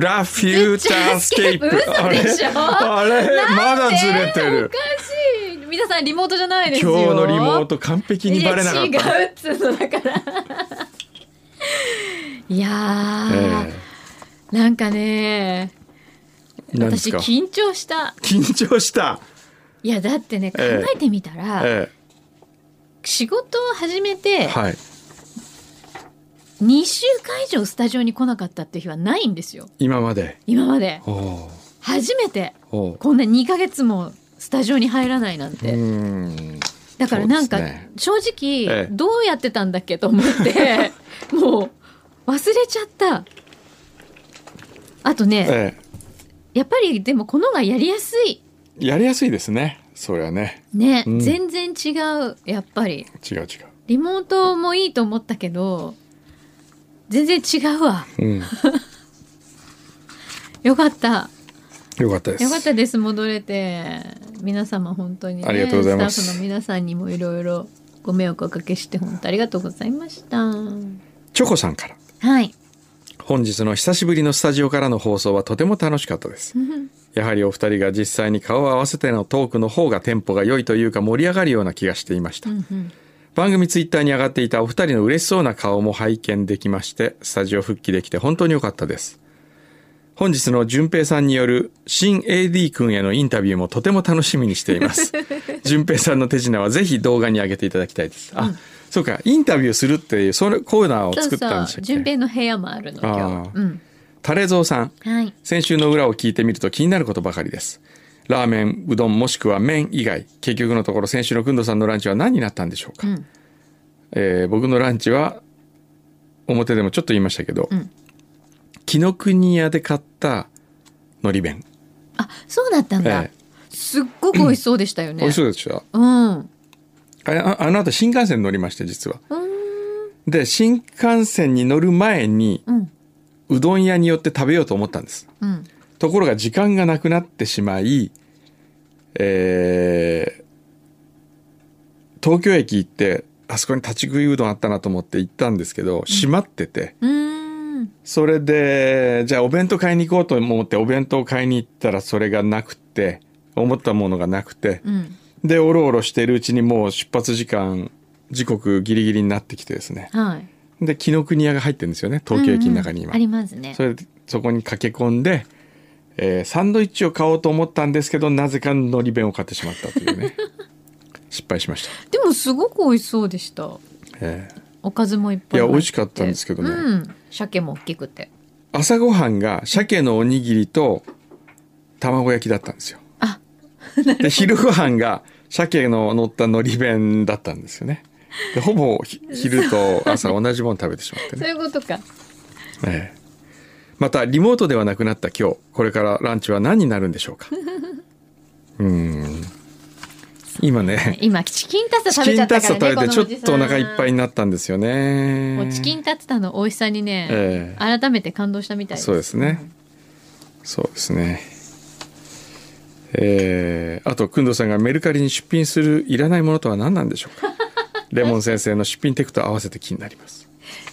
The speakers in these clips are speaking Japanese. ラフューチャースケープ。絶対スケープ嘘でしょあれあれまだずれておるか。しい皆さんリモートじゃないです今よ日のリモート完璧にバレなかっいやた。違うっつうのだからいやー、えなんかねえなんです私か緊張した緊張した。いやだってね考えええてみたら、え仕事を始めてえ、はい。 2週間以上スタジオに来なかったっていう日はないんですよ今まで。今までおお初めてう。おうこんな2ヶ月もスタジオに入らないなんうて、ーん。だからなんかそうですね正直、ええどうやってたんだっけと思って もう忘れちゃったあとね、えやっぱりでもこの方がやりやすいえ、やりやすいですね。そりゃね。ね、うん全然違うやっぱり違う違リモートもいいと思ったけど全然違うわう。うん。よかったよかったです。よかったです戻れて皆様本当に、ね、ありがとうございますスタッフの皆さんにもいろいろご迷惑をおかけして本当ありがとうございましたはチョコさんから。い本日の久しぶりのスタジオからの放送はとても楽しかったです。やはりお二人が実際に顔を合わせてのトークの方がテンポが良いというか盛り上がるような気がしていました。番組ツイッターに上がっていたお二人の嬉しそうな顔も拝見できまして、スタジオ復帰できて本当に良かったです。本日の淳平さんによる新 AD 君へのインタビューもとても楽しみにして います。淳平さんの手品はぜひ動画に上げていただきたいです。あ、そうか、インタビューするっていう、それコーナーをそう作ったんでしそたうっ順け平の部屋もあるの今あ日、ーうん、タレゾウさん。はい先週の裏を聞いてみると気になることばかりです。ラーメン、うどん、もしくは麺以外、結局のところ先週のくんどさんのランチは何になったんでしょうか、うんえー僕のランチは、表でもちょっと言いましたけど、うん紀ノ国屋で買った海苔弁。あそうだったんだ、えすっごく美味しそうでしたよね美味しそうでした。うんうあああの後新幹線に乗りまして、実は。ーんで、新幹線に乗る前に、うんうどん屋によって食べようと思ったんです。うんところが時間がなくなってしまい、えー東京駅行って、あそこに立ち食いうどんあったなと思って行ったんですけど、閉まってて、うーんそれで、じゃあお弁当買いに行こうと思ってお弁当買いに行ったらそれがなくて、思ったものがなくて、うんで、おろおろしてるうちにもう出発時間、時刻ギリギリになってきてですね。はいで、紀ノ国屋が入ってるんですよね、東京駅の中に今。うんうんありますねそれでそこに駆け込んで、えーサンドイッチを買おうと思ったんですけどなぜか海苔弁を買ってしまったというね 失敗しましでもすごく美味しそうでしたた、えーおかずもいっぱいいや入て美味しかったんですけどねうん、鮭も大きくて朝ごはんが鮭のおにぎりと卵焼きだったんですよあで昼ごはんが鮭の乗った海苔弁だったんですよねでほぼひ昼と朝同じもの食べてしまって そうね、いうことかえーまたリモートではなくなった今日これからランチは何になるんで しょうかうーん今ね今チキンタツタチ食キべちゃンっタたツからタね食べてちょっとお腹いっぱいいになったんですよねチキンタツタの美味しさにね、ええ改めて感動したみたいですそうですねそうですねえー、あと工藤さんがメルカリに出品するいらないものとは何なんでしょ うかレモン先生の出品テクと合わせて気になります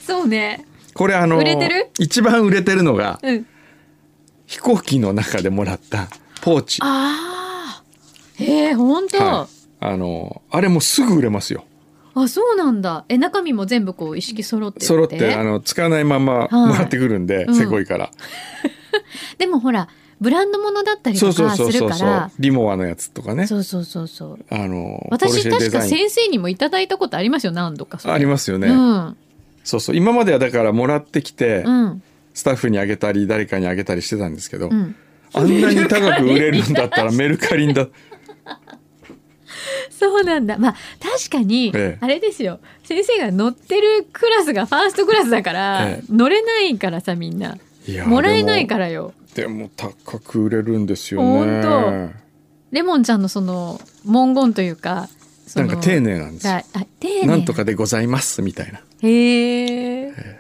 そうねこれあの売れてる一番売れてるのがうん飛行機の中でもらったポーチああへえ本当、はい、あのあれもすぐ売れますよあそうなんだえ中身も全部こう意識揃ってる揃ってあの使わないままもらってくるんで、うんせこいから、でもほらブランドものだったりとそうそうかすそうるそうかそうらリモアのやつとかねそうそうそうそうあのポル私シェ確デザかイン先生にもいただいたことありますよ何度かそれありますよね、うんそうそう今まではだからもらってきて、うんスタッフにあげたり誰かにあげたりしてたんですけうど、んあんなに高く売れるんだったらメルカリ ンだそうなんだ。まあ確かに、ええあれですよ。先生が乗ってるクラスがファーストクラスだから、ええ乗れないからさみんな。いやもらえないからよ。でもでも高く売れるんですよ本ねレモンちゃんのその文言というか、そなのんか丁寧なんですよがあ丁寧なんとかでございますみたいなへえ。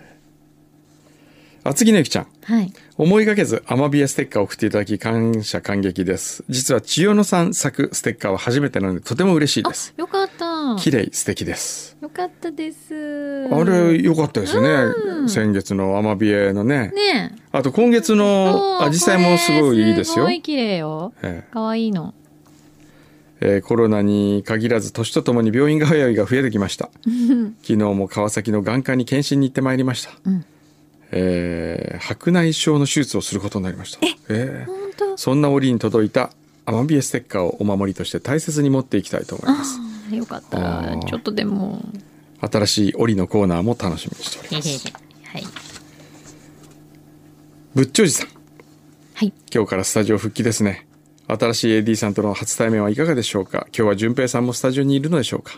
厚木のゆきちゃんはい。思いがけずアマビエステッカーを送っていただき感謝感激です実は千代野さん作ステッカーは初めてなのでとても嬉しいあです、よかった。綺麗素敵ですよかったです。あれ良かったですうねん先月のアマビエのねねえ。あと今月のアジサイもすごいいいですよこれすごい綺麗よ。ええ可愛いの。えーコロナに限らず年とともに病院通いが増えてきました昨日も川崎の眼科に検診に行ってまいりました、うんえー白内障の手術をすることになりましたえー本当。そんな折に届いたアマビエステッカーをお守りとして大切に持っていきたいと思いますあよかっあたー。ちょっとでも。新しい折のコーナーも楽しみにしておへりへまへすはい。仏頂寺さんはい。今日からスタジオ復帰ですね新しい AD さんとの初対面はいかがでしょうか今日は順平さんもスタジオにいるのでしょうか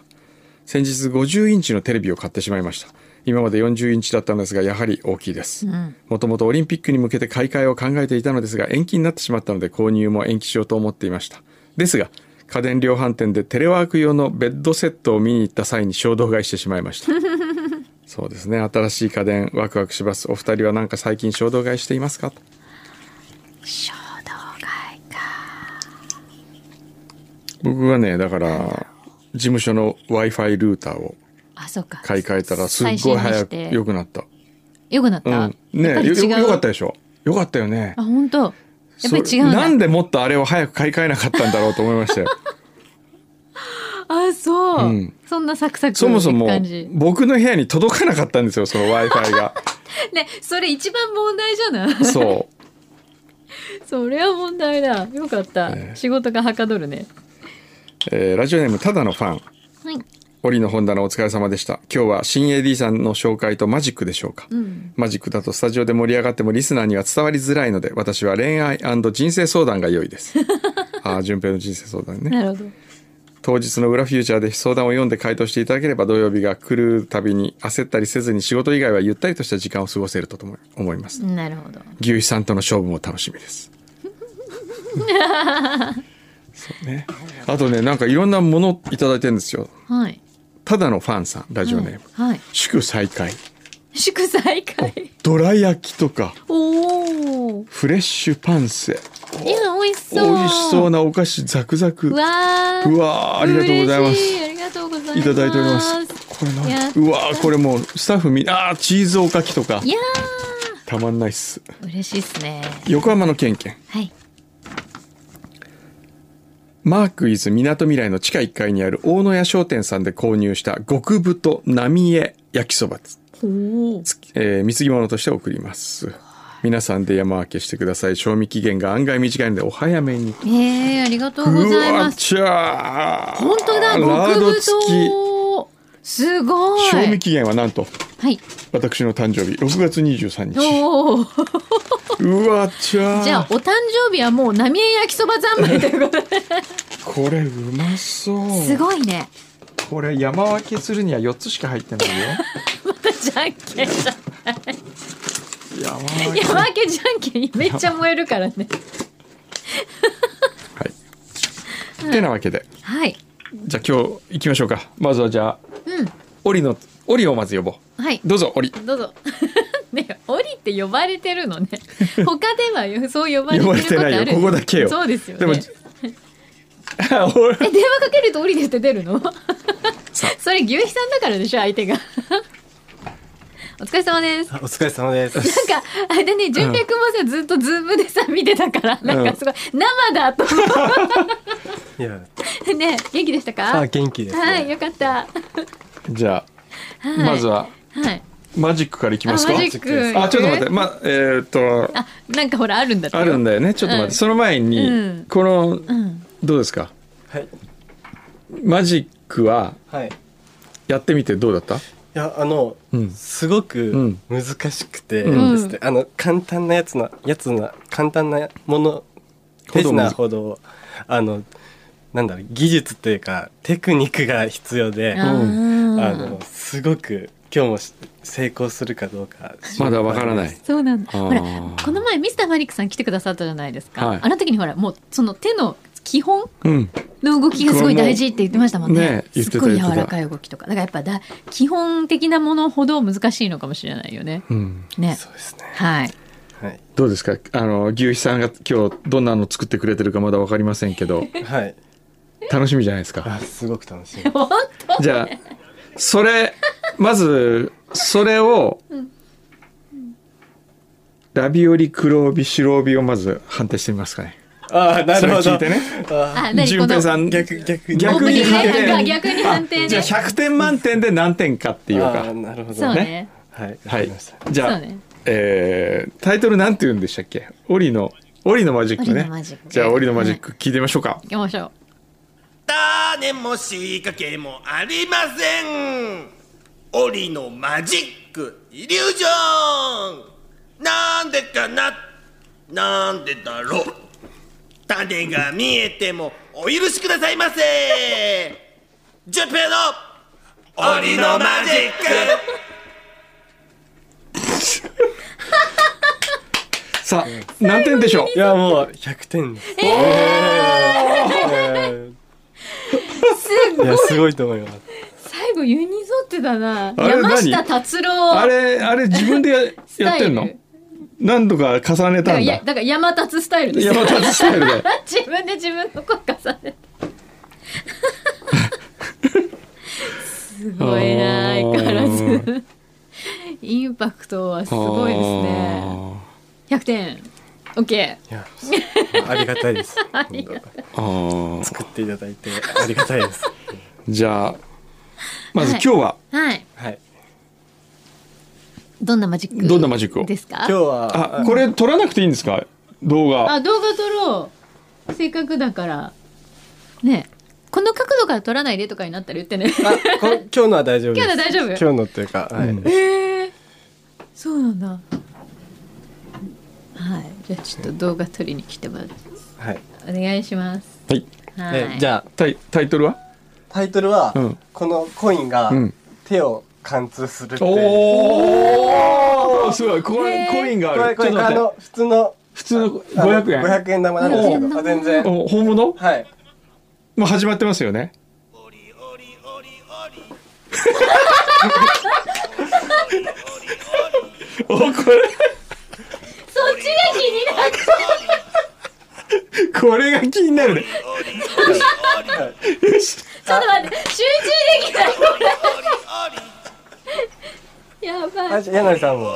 先日50インチのテレビを買ってしまいました今まで40インチだったのですがやはり大きいですうん。もともとオリンピックに向けて買い替えを考えていたのですが延期になってしまったので購入も延期しようと思っていましたですが家電量販店でテレワーク用のベッドセットを見に行った際に衝動買いしてしまいました そうですね新しい家電ワクワクしますお二人は何か最近衝動買いしていますか衝動買いか。僕はねだから事務所の w i f i ルーターをあ、そうか。買い替えたらすっ最ごい新に早してく良くなったよくなっうた。んねやっぱより違うよかったでしょよかったよねあ、本当。やっぱり違うそれんだなんでもっとあれを早く買い替えなかったんだろうと思い ましたよあ、そう、うんそんなサクサクそもそもいく感じ。僕の部屋に届かなかったんですよその w i f i が ね、それ一番問題じゃない。 そそれは問題だ。よかった。ええ仕事がはかどるね。う、えーラジオネームただのファンはい。折の本棚お疲れ様でした今日は新 AD さんの紹介とマジックでしょうか、うん。マジックだとスタジオで盛り上がってもリスナーには伝わりづらいので私は恋愛人生相談が良いですああ順平の人生相談ねなるほど。当日の「裏フューチャー」で相談を読んで回答していただければ土曜日が来るたびに焦ったりせずに仕事以外はゆったりとした時間を過ごせるととも思います、なるほど。牛肥さんとの勝負も楽しみですそうねあとねなんかいろんなものいただいてるんですよはい。ただのファンさんラジオネーム、はい。はい祝再開祝祭会。どら焼きとかおお。フレッシュパンセいや、美味し美そう。味しそうなお菓子ザクザクうわーうわーありがとうございま嬉すしいありがとうございます。いただいておりますこれやなっうわーこれもうスタッフみあーチーズおかきとかいやたまんないっすー、嬉しいですね。横浜のケンケンはい。マークイズみなとみらいの地下1階にある大野屋商店さんで購入した極太浪江焼きそばです、ほう。えー、貢ぎ物として送ります皆さんで山分けしてください賞味期限が案外短いのでお早めにえー、ありがとううございわます。ちゃー本当だ、ラー極ド付き太。すごい。賞味期限はなんとはい。私の誕生日6月23日おお。うわちゃーじゃあお誕生日はもう浪江焼きそば三昧ということでこれうまそうすごい ねこれ山分けするには4つしか入ってない よまたじゃんけんじゃ山分け山分けじゃんけんめっちゃ燃えるからねはい。てなわけで、はいじゃあ今日行きましょうか。まずはじゃあ、うんオリの、オリをまず呼ぼはいどうぞ、オリ。どうぞ ねオリって呼ばれてるのね他ではよそう呼ばれてる呼ばこれてとあないるよここだけよそうですよねでも、 あおいえ電話かけるとオリですって出るの さそれ牛肥さんだからでしょ相手が お疲れ様ですお疲れ様です。 なんかあれだね純平君もさずっとズームでさ見てたからなんかすごい生だ と思っていや、ね元気でしたかあ、元気です、ね。はいよかった、じゃあ、まずは、はいマジックからいきますかあ。マジックあ、ちょっと待って、ま、えーっと、あなんかほらあるんだってあるんだよね。ちょっと待っうて、んその前に、うんこの、うんどうですかはい。マジックは、はい。いやってみてどうだったや、あの、うんすごくん難しくてうんですね、あの、簡単なやつな、やつな、簡単なもの、手品ほど、あの、なんだろう、技術というか、テクニックが必要で、ああーの、すごく、今日もし成功するかどうか。まだわからない。。そうなんだあーほらこの前ミスターマリックさん来てくださったじゃないですか、はいあの時にほらもうその手の基本うんの動きがすごい大事って言ってましたもんねね言っすてたっごい言って柔たらかい動きとかだからやっぱだ基本的なものほど難しいのかもしれないよねうんねそうですね。はいはい。どうですかあの牛肥さんが今日どんなの作ってくれてるかまだ分かりませんけ どはい。楽しみじゃないですかあ、すごく楽しい。本 じゃあそれまずそれをラビオリ黒帯白帯をまず判定してみますかねあー、なるほそれ聞ど。いてねああ何こ順平さのん逆オ逆ー逆プニにング判定ねあ逆に判定じゃねあ100点満点で何点かっていうあかーなるほど。そうねねはい。わはかいりました。じゃそあ、うねえータイトルなんて言うんでしたっけオリのオリのマジックオねリのマジックじゃあオリのマジック聞いてみましょうか、行きましょう種も仕掛けもありません檻のマジックイリュージョンなんでかななんでだろう種が見えてもお許しくださいませジュンペイの檻のマジックさあ何点でしょういや、もう100点です。えーすいや、すごいと思います。最後ユニゾってだなあれ山下何達郎あれあれ自分でややってんの何度か重ねだかたらんいやだだから山達スタイルですよ山立ス タイルで自分で自分の声重ねたすごいな相変わらあずインパクトはすごいですね100点 OK いや、ありがたいです。今度あーあー作っていただいてありがたいです。じゃあまはず今い日ははいはい。どんなマジックどんなマジックをですか今日はあ、これ撮らなくていいんですか動画あ動画撮ろうせっかくだからねこの角度から撮らないでとかになったら言ってねあこ今日のは大丈夫です。今日の大丈夫今日のっていうか、はい。うんへえそうなんだはいじゃあちょっと動画撮りに来てもらってはい。お願いしますはいはい、え、じゃあ、タイタイトルはタイトルは、うんこのコインがうん手を貫通するっていう。おおすごいこへれーコインがこあれ、るこちょっとれ、あ待っての、普通の、普通のあの500円 ?500 円玉なんですけおど、あ全然。お本物はい。もう始まってますよねオリオリオリオリおこれそっちが気になる これが気になるねちょっと待って集中できないこれやばあ、いじゃあ柳さんも。あ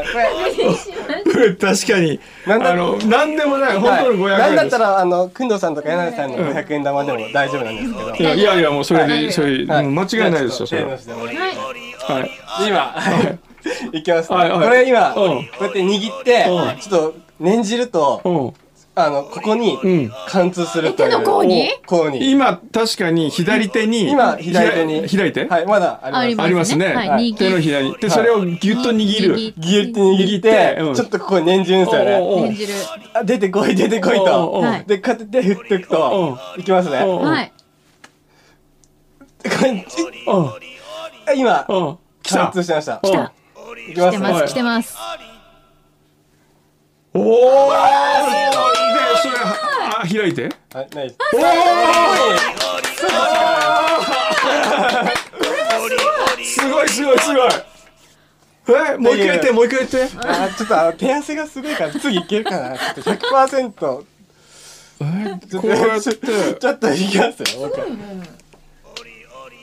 これ失礼しましこれ 確かになんだあの何でもない本はい当のなん500円だっですたら、あの、くんどさんとか柳さんの500円玉でも大丈夫なんですけど。いやいやいやもうそれでそれはうん間違いないですよそじゃれあちはょっと手出してもらってたはいはい今、はい。いきます、ねはいはいこれ今、うんこうやって握って、うんちょっと念じると、うんあの、ここにん貫通するという。え手の甲に甲に。今確かに左手に今、左手に。ひら左手はい、まだあります。ありますね、はいはい手のひらにでそれをギュッと握る握ギュッて握って、うんちょっとここに念じるんですよおうおうね。演じるあ出てこい、出てこいおうおとう。はいで、こうやって手振ってくと、いきますね。おうおうはいこれうんあ今、うん来た貫通しました。来たいきま来てすまはすい来てますおおでそれあ開いてはい、ナイス。おおすごいすごいすごいえもう一回やってもう一回やってあーちょっとあの手汗がすごいから次いけるかなちょっと100%ちょっとこうやって ちょっといきますよもう一回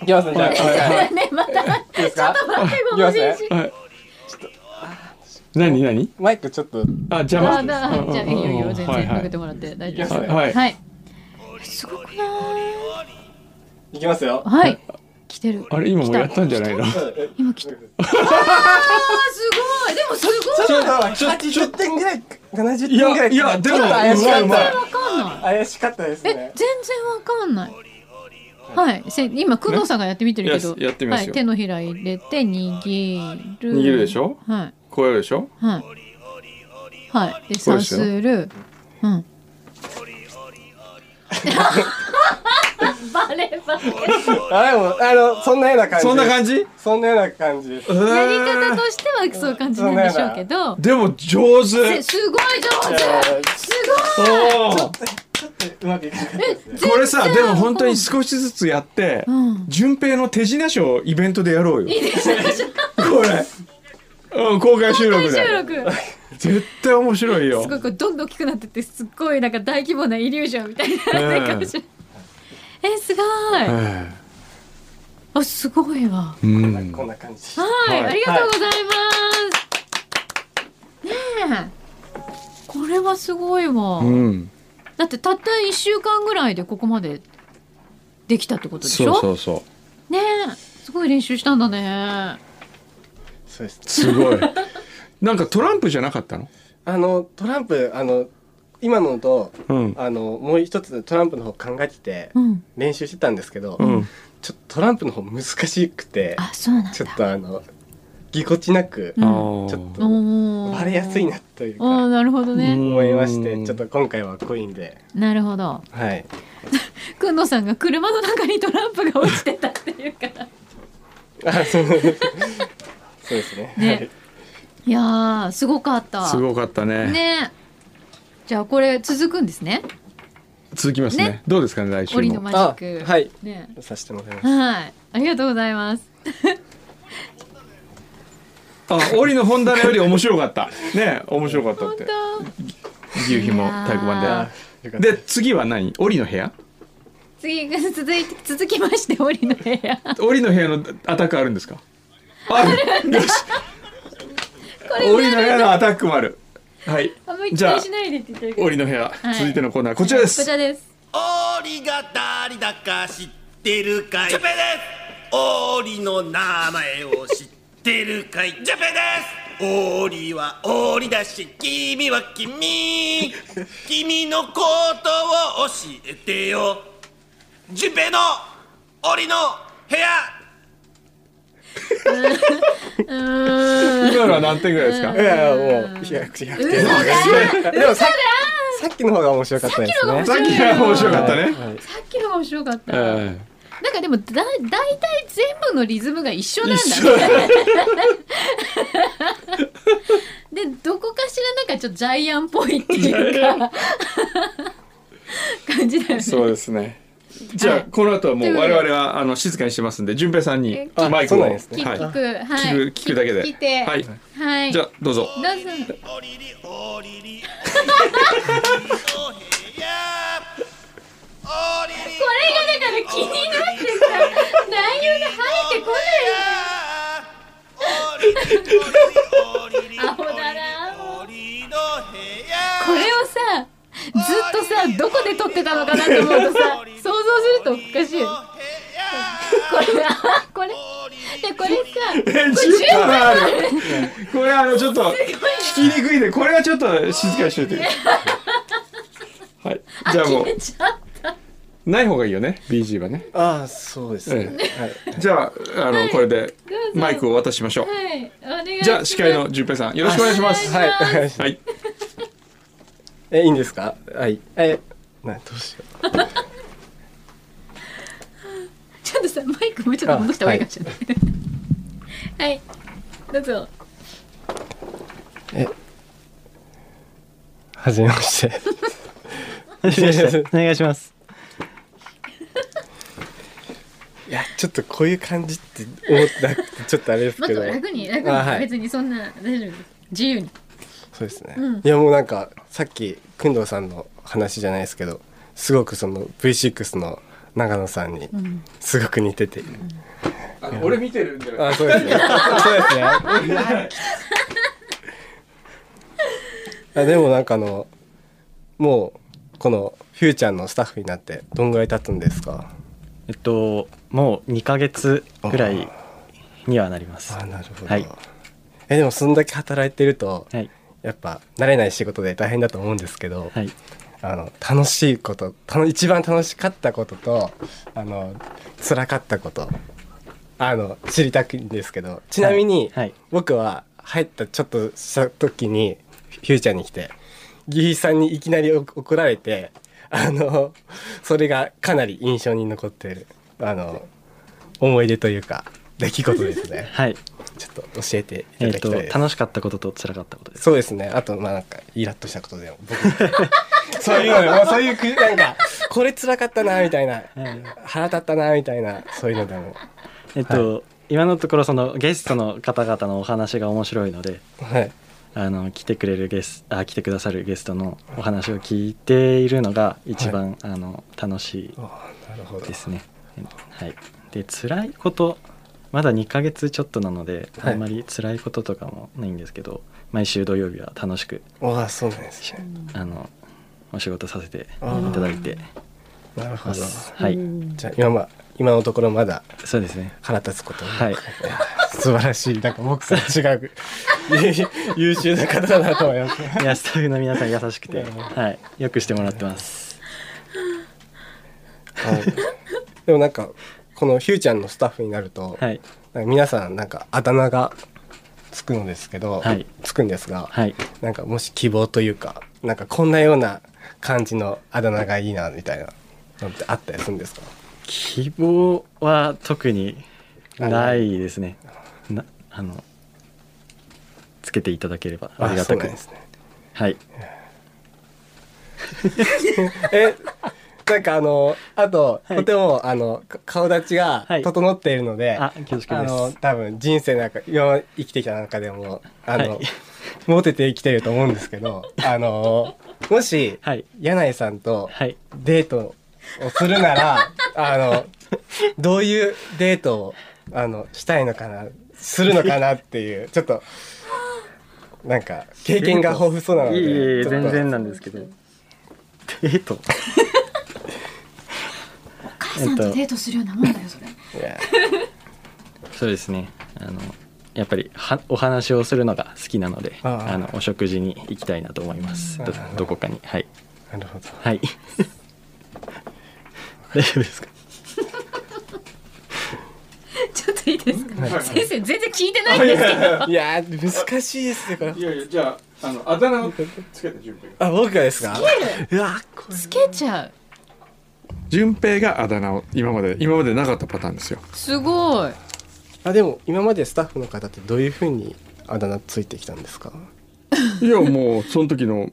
いきますねじゃあはいねまた待いいですかってごいきめまんすねはい何何マイクちょっとあ邪あ魔だはいじゃあいいよいいよ全はい然投はいげてもらって大丈夫ですはいはいはいすごくないいきますよはい来てるあれ今もうやったんじゃないのちょっとえ今来た あすごいでもすちごょっいと80点ぐらい70点ぐらいいやいやでもちょっと怪しかうっまいうたまわかんない怪しかったですえ全ね然わかんないはいせ今工藤さんがやってみてるけどねややってみますよはい手のひら入れて握る握るでしょはいこうやるでしょはいはいでこうさですすよるうんバレバレあでもあのそんなような感じそんな感じそんなような感じですやり方としてはそういう感じなんでしょうけど、でも上せ手すごい上手すごいおーちょっとうまくいかなかったですね。これさでも本当に少しずつやって順、平の手品賞をイベントでやろうよこれ、うん、公開収録収で録絶対面白いよすごいこうどんどん大きくなってってすっごいなんか大規模なイリュージョンみたいになってるかもしれないえすごいえあすごいわえうんこんなこんな感じ。はい、はいありがとうございます、ねえこれはすごいわ、うんだってたった1週間ぐらいでここまでできたってことでしょそうそうそうねえすごい練習したんだねそうです。すごいなんかトランプじゃなかったのあのトランプあの今のと、うんあのもう一つトランプの方考えてて、うん練習してたんですけど、うんちょっとトランプの方難しくてあそうなんちょっだとあのぎこちなく、うんあちょーっとおーバレやすいなというおーかなるほどうねん思いまして、うんちょっと今回はコインで、なるほどはい、くんのさんが車の中にトランプが落ちてたっていうからあそうそうですね。ねはいいやーすごかったすごかったねねじゃあこれ続くんですね続きますねねどうですかね来週檻のもマジあックはいねさせてもらいます。はいありがとうございますあ檻の本棚より面白かったね面白かったっ本て当牛皮も太鼓い判やあよかっでたで次は何檻の部屋次が続いて続きまして檻の部屋檻の部屋のアタックあるんですかあ るよしれ檻の部屋のアタックもあるはいあんまり期じゃあ待しないでって言ってるけど檻の部屋、い続いてのコーナーこちらですこちらですオーリが誰だか知ってるかいジャペですオーリの名前を知ってるかいジャペですオーリはオーリだし君は君君のことを教えてよジュペのオーリの部屋うーん今のは何点ぐらいですかいやいやもう100 100点でもさっきさっきの方が面白かったですね。さっきが面白かったさね、っきのが面白かった、えなんかでもだ大体全部のリズムが一緒えなん一だ緒ねだでどこかしらなんかちょっとジャイアンっぽいっていうか 感じだよねそうですねじゃあ、はいこの後はもうということ我で々はあの静かにしてますんで順平さんにあマイクそうを、なんはいです、ね聞く、はい、聞く聞くだけで聞いてはいはいじゃあどうぞどうぞオリリオリリオリリオリリこれがだから気になってさ内容が入ってこ ないアホだなないこれをさずっとさどこで撮ってたのかなって思うとさ想像するとおかしいよねこれあこれでこれさえ10分あるこれあのちょっと聞きにくいんでこれはちょっと静かにしといてはいじゃあも切うれちゃうない方がいいよね BG はねああそうですね。はい。じゃああのこれでぞマイクを渡しましょうはいお願いしますじゃあ司会の順平さんよろしくお願いしますはいお願いします。はいえいいんですか。はい。えなどうしよう。ちょっとさマイクもうちょっと戻した方がいいかもしれないはい、どうぞはじめまして。お願いします。 いやちょっとこういう感じって思ったちょっとあれですもっけとど。楽に楽に、あはい別にそんな大丈夫です自由にそうですね。いやもうなんかさっきくんどうさんの話じゃないですけど、すごくその V6 の長野さんにすごく似てて。俺見てるんじゃあそうですね。そうですね。あでもなんかあのもうこのフューちゃんのスタッフになってどんぐらい経つんですか。えっと、もう2ヶ月ぐらいにはなります。あなるほど。はい。えでもそんだけ働いてると、はい。やっぱ慣れない仕事で大変だと思うんですけど、はい。あの楽しいことたの一番楽しかったこととあの辛かったことあの知りたくんですけどちなみに、はいはい僕は入ったちょっとした時にひゅーちゃんに来て義理さんにいきなりお怒られてあのそれがかなり印象に残ってるあの思い出というか出来事です ねはい。ちょっと教えていえただっきたと、いです、楽しかったことと辛かったことで す。そうですねあとまあなんかイラッとしたことでも僕そういうのでもそういうくなんかこれ辛かったなみたいな腹立ったなみたいなそういうのでもえっと、今のところそのゲストの方々のお話が面白いのではいあの来てくれるゲスあ来てくださるゲストのお話を聞いているのが一番、あの楽しああなるほいですね。はい、で辛いことまだ2ヶ月ちょっとなので、はいあんまり辛いこととかもないんですけど毎週土曜日は楽しくああそうなんですねあのお仕事させてあーいただいてなるほまどす。はい、じゃあ今ま今のところまだそうですね。腹立つことなくはい、素晴らしいなんか僕と違う 優秀な方だなと思いますいやスタッフの皆さん優しく て、はい、よくしてもらってます。でもなんかこのひゅーちゃんのスタッフになると、はい、なんか皆さんなんかあだ名がつくのですけど、はいつくんですが、はい、なんかもし希望というかなんかこんなような感じのあだ名がいいなみたいなのってあったりするんですか希望は特にないですね。なあのつけていただければありがたそうなくんですねはいえなんかあのあと、はいとてもあのか顔立ちがはい整っているので、あ恐縮あでのす。多分人生なんか今まで生きてきた中でもあの、はいモテて生きてると思うんですけどあのもし、はい柳井さんとはいデートをするならあのどういうデートをあのしたいのかなするのかなっていうちょっとなんか経験が豊富そうなのでいえいえいえちょっと全然なんですけどデートお母さんとデートするようなもんだよそれいやそうですねあのやっぱりはお話をするのが好きなのであああのお食事に行きたいなと思いますどどこかにはいなるほどはい 大丈夫ですかちょっといいですか、先生全然聞いてないんですけどいやー難しいですねこれいやいやじゃああのあだ名をつけた順平あ僕がですかうわこれつけちゃう順平があだ名を今まで今までなかったパターンですよすごいあでも今までスタッフの方ってどういうふうにあだ名ついてきたんですかいやもうその時の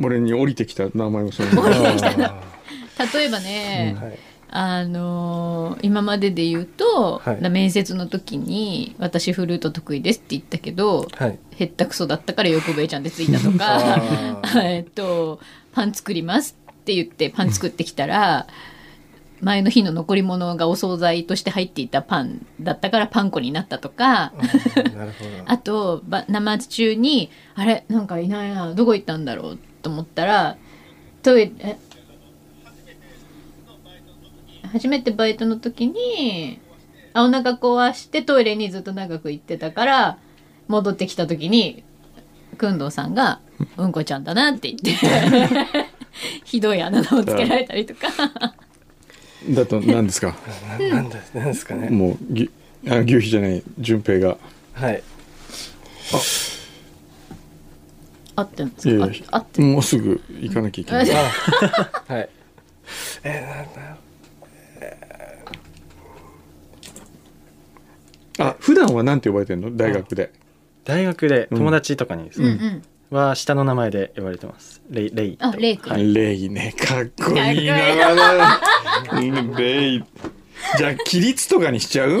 俺に降りてきた名前もそのまま例えばね、はいあのー今までで言うと、はいな面接の時に「私フルート得意です」って言ったけど、はいへったくそだったから横笛ちゃんでついたと かえっとパン作りますって言ってパン作ってきたら前の日の残り物がお惣菜として入っていたパンだったからパン粉になったとか。なるほどあとば生中にあれなんかいないなどこ行ったんだろうと思ったらトイレえ初めてバイトの時にあお腹壊してトイレにずっと長く行ってたから戻ってきた時に工藤さんが「うんこちゃんだな」って言って ひどいあだ名をつけられたりとかだと何ですかなんだなんですかねもうぎあ牛皮じゃない順平がはいあってんいやいやあってもうすぐ行かなきゃいけないはいあ普段はなんて呼ばれてんの大学で大学で友達とかにですうんうね、んは下の名前で呼ばれてますレイレイあレイ君、レイねかっこいいなうんレイじゃあ起立とかにしちゃ うもう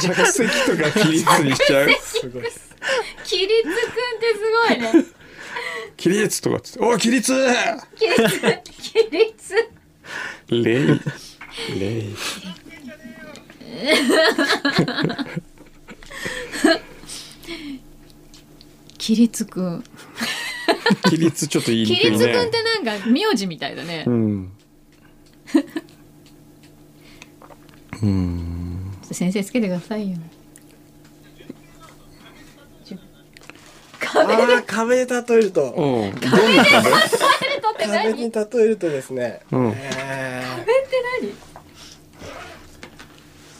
着席とか起立にしち ゃうすごいです起立くんってすごいね起立とかっつって「おい起立!」起立起立レイレイ起立くん起立ちょっと言い起にくい立ねくんってなんか名字みたいだねうん先生つけてくださいよ壁ああ壁で例えるとおうどんな壁取って壁何に例えるとですねうんえ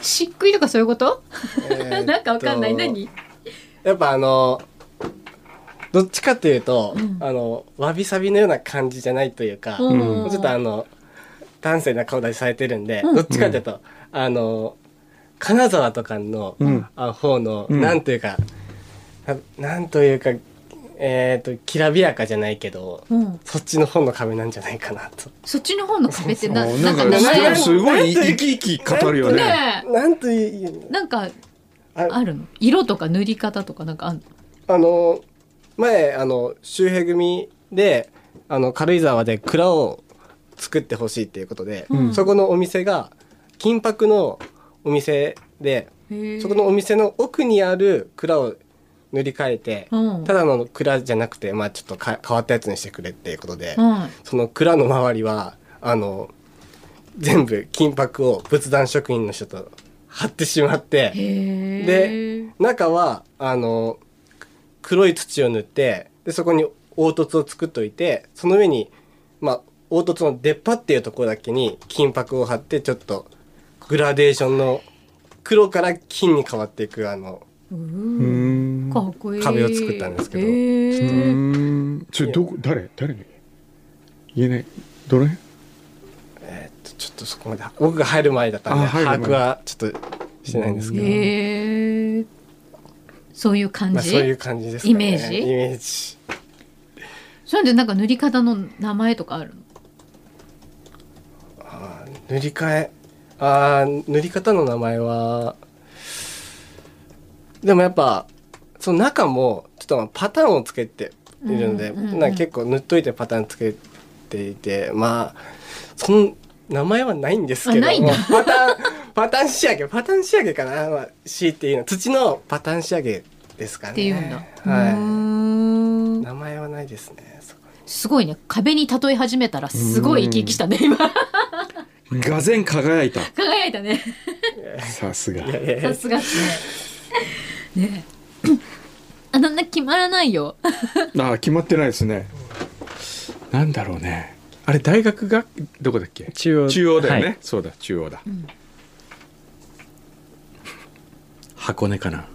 漆喰とかそういうこと ーなんかわかんないえー何っとやっぱあのどっちかというとあのわびさびのような感じじゃないというかうんもうちょっとあの端正な顔立ちされてるんで、どっちかというと、あの金沢とかの、あ方の、んなんというかななんというかえっ、ときらびやかじゃないけど、うんそっちの本の壁なんじゃないかなと。そっちの方の壁ってなもうななんんかか名前なんかすごい生き生き語るよねねなんというえなんかああるの色とか塗り方とかなんかあんのあの前あの周平組であの軽井沢で蔵を作ってほしいっていうことで、うんそこのお店が金箔のお店でへえそこのお店の奥にある蔵を塗り替えて、うんただの蔵じゃなくて、まあ、ちょっとか変わったやつにしてくれっていうことで、はいその蔵の周りはあの全部金箔を仏壇職員の人と貼ってしまって。へえで中はあの黒い土を塗ってでそこに凹凸を作っといてその上に、まあ、凹凸の出っ張っていうところだけに金箔を貼ってちょっとグラデーションの黒から金に変わっていくあのううーんんかっこいい壁を作ったんですけどへえうーんそれどこ誰誰に言えないどの辺ちょっとそこまで僕が入る前だったんであ入る前把握はちょっとしてないんですけど、へえそういう感じ、まあ、そういう感じですかねイメージイメージそれでなんか塗り方の名前とかあるの塗り替えあー塗り方の名前はでもやっぱその中もちょっとまあパターンをつけているので、うんうんうんなんか結構塗っといてパターンつけていてまあその名前はないんですけあどないんだもうパターンパターン仕上げパターン仕上げかな、まあ、C っていうのは土のパターン仕上げですかねっていうんだ、うはーいん名前はないですねそこすごいね壁に例え始めたらすごい生き生きしたね今がぜん輝いた輝いたねさすがいやいさや すがですねね えあのな決まらないよああ決まってないですねなんだろうねあれ大学がどこだっけ中央中央だよね、はいそうだ中央だ、ん箱根かな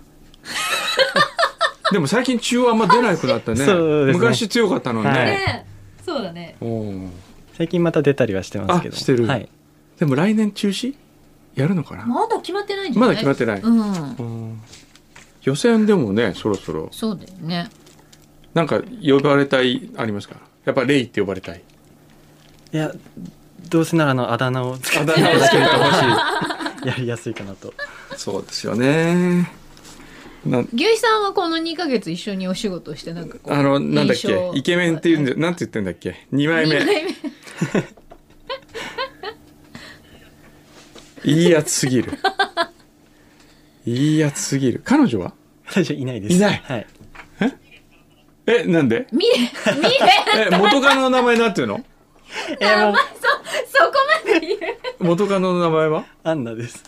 でも最近中央あんま出なくなったねそうですね昔強かったのにね、はいねえそうだねうん最近また出たりはしてますけどあしてるはい、でも来年中止やるのかな、まだ決まってないんじゃまなだい決まってない、うんうん予選でもねそろそろそうだよねなんか呼ばれたいありますかやっぱレイって呼ばれたいいやどうせならあのあだ名をつけあてだ名をつけてほしい やりやすいかなとそうですよね。な牛肥さんはこの2ヶ月一緒にお仕事してなんかこうあの、なんだっ印け象、イケメンって言うんで、なんて言ってんだっけ、二枚二目。枚目いいやつすぎる。いいやつすぎる。彼女は。最初いないですいないはい、え、なんで。見れ 見れえ、元カノの名前なんていうの。えーもうそこまで言う元カノの名前は。アンナです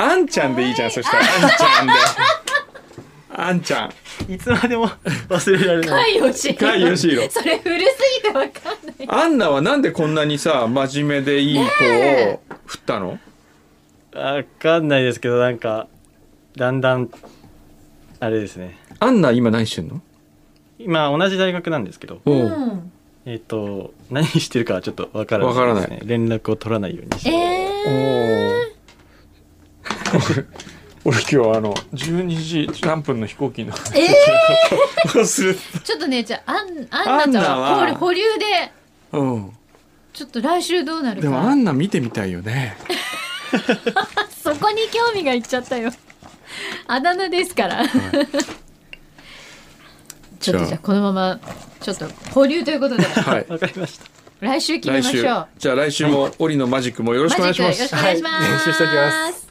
あんちゃんでいいじゃん、そしたら、あんちゃんで。あんちゃん。いつまでも 忘れられない海よし甲斐よしひろ それ古すぎてわかんないアンナはなんでこんなにさ、真面目でいい子を振ったの。わかんないですけどなんかだんだんあれですねアンナ今何してんの。今同じ大学なんですけどおう。んえっ、と何してるかはちょっとわからないです、ね、わからな連絡を取らないようにして、おえー俺今日あの12時何分の飛行機のー、え忘 れてー、ちょっとねじゃあアンアンナちゃんアンナはは保保留でた、うん、ちょっと来週どうなるでもアかンナ見てみたいよねそこに興味がいっちゃったよ あだ名ですから、 ちょっとじじゃあゃこのままちょっと保留ということではいわかりました来週決めま来しょ週うじゃあ来週もオリのマジックもよろしくお願いしますマジックよろしくお願いします、はい練習しておきます